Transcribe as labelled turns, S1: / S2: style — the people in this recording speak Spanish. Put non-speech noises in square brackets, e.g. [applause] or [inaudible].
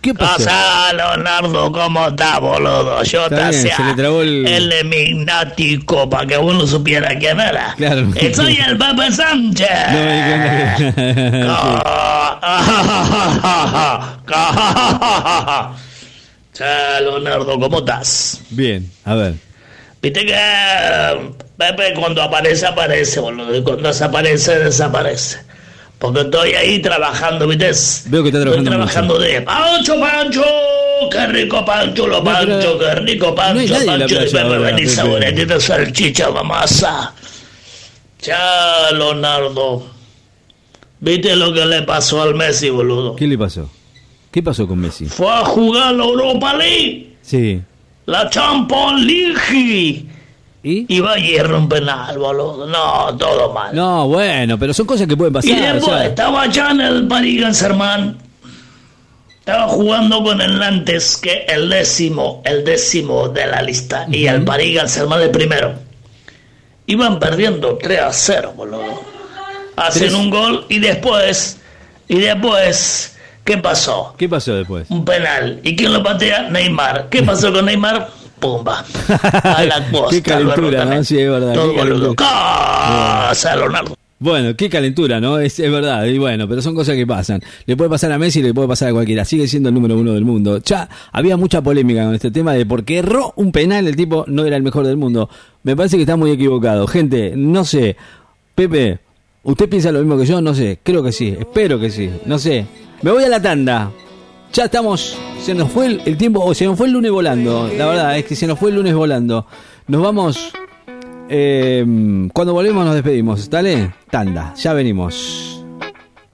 S1: ¿Qué pasó?
S2: Pasada, Leonardo, ¿cómo estás, boludo? Yo
S1: Está
S2: te
S1: bien,
S2: hacía
S1: se le trabó el-
S2: enigmático para que vos no supieras quién era.
S1: Claro.
S2: Eh, Soy el Pepe Sánchez.
S1: No me di
S2: eh,
S1: cuenta
S2: [laughs] Che, Leonardo, ¿cómo estás?
S1: que... [laughs] Bien, a ver.
S2: Viste que eh, Pepe cuando aparece, aparece, boludo. Y cuando desaparece, desaparece. Porque estoy ahí trabajando, ¿viste?
S1: Veo que está
S2: Estoy
S1: trabajando mucho.
S2: trabajando de Pancho, Pancho. Qué rico Pancho, lo
S1: No, pero-
S2: Pancho, qué rico
S1: No hay
S2: Pancho,
S1: nadie en la
S2: Pancho. Y
S1: playa
S2: Pepe,
S1: ahora,
S2: vení,
S1: Pepe.
S2: saboreate salchicha, mamasa. Ya, Leonardo. ¿Viste lo que le pasó al Messi, boludo?
S1: ¿Qué le pasó? ¿Qué pasó con Messi?
S2: Fue a jugar la Europa League,
S1: Sí.
S2: la Champions League.
S1: ¿Y?
S2: Y va a hierro un penal, boludo. No, todo mal.
S1: No, bueno, pero son cosas que pueden
S2: y
S1: pasar.
S2: después
S1: o sea,
S2: estaba allá en el Paris Saint-Germain. Estaba jugando con el Nantes, que el décimo, el décimo de la lista. Y el Paris Saint-Germain el primero. Iban perdiendo 3 a 0, boludo. Hacen
S1: Tres.
S2: un gol y después, y después, ¿qué pasó?
S1: ¿Qué pasó después?
S2: Un penal. ¿Y quién lo patea? Neymar. ¿Qué pasó con
S1: [laughs]
S2: Neymar? Pumba. A la costa.
S1: Qué calentura,
S2: Alberto
S1: ¿no? Sí, es verdad.
S2: Todo
S1: qué
S2: boludo.
S1: calentura.
S2: Casa, Leonardo.
S1: Bueno, qué calentura, ¿no? Es, es verdad, y bueno, pero son cosas que pasan. Le puede pasar a Messi, le puede pasar a cualquiera. Sigue siendo el número uno del mundo. Ya había mucha polémica con este tema de por qué erró un penal, el tipo no era el mejor del mundo. Me parece que está muy equivocado. Gente, no sé. Pepe, ¿usted piensa lo mismo que yo? No sé. Creo que sí. Espero que sí. No sé. Me voy a la tanda. Ya estamos, se nos fue el, el tiempo, o se nos fue el lunes volando, la verdad es que se nos fue el lunes volando. Nos vamos, eh, cuando volvemos nos despedimos, dale, tanda, ya venimos.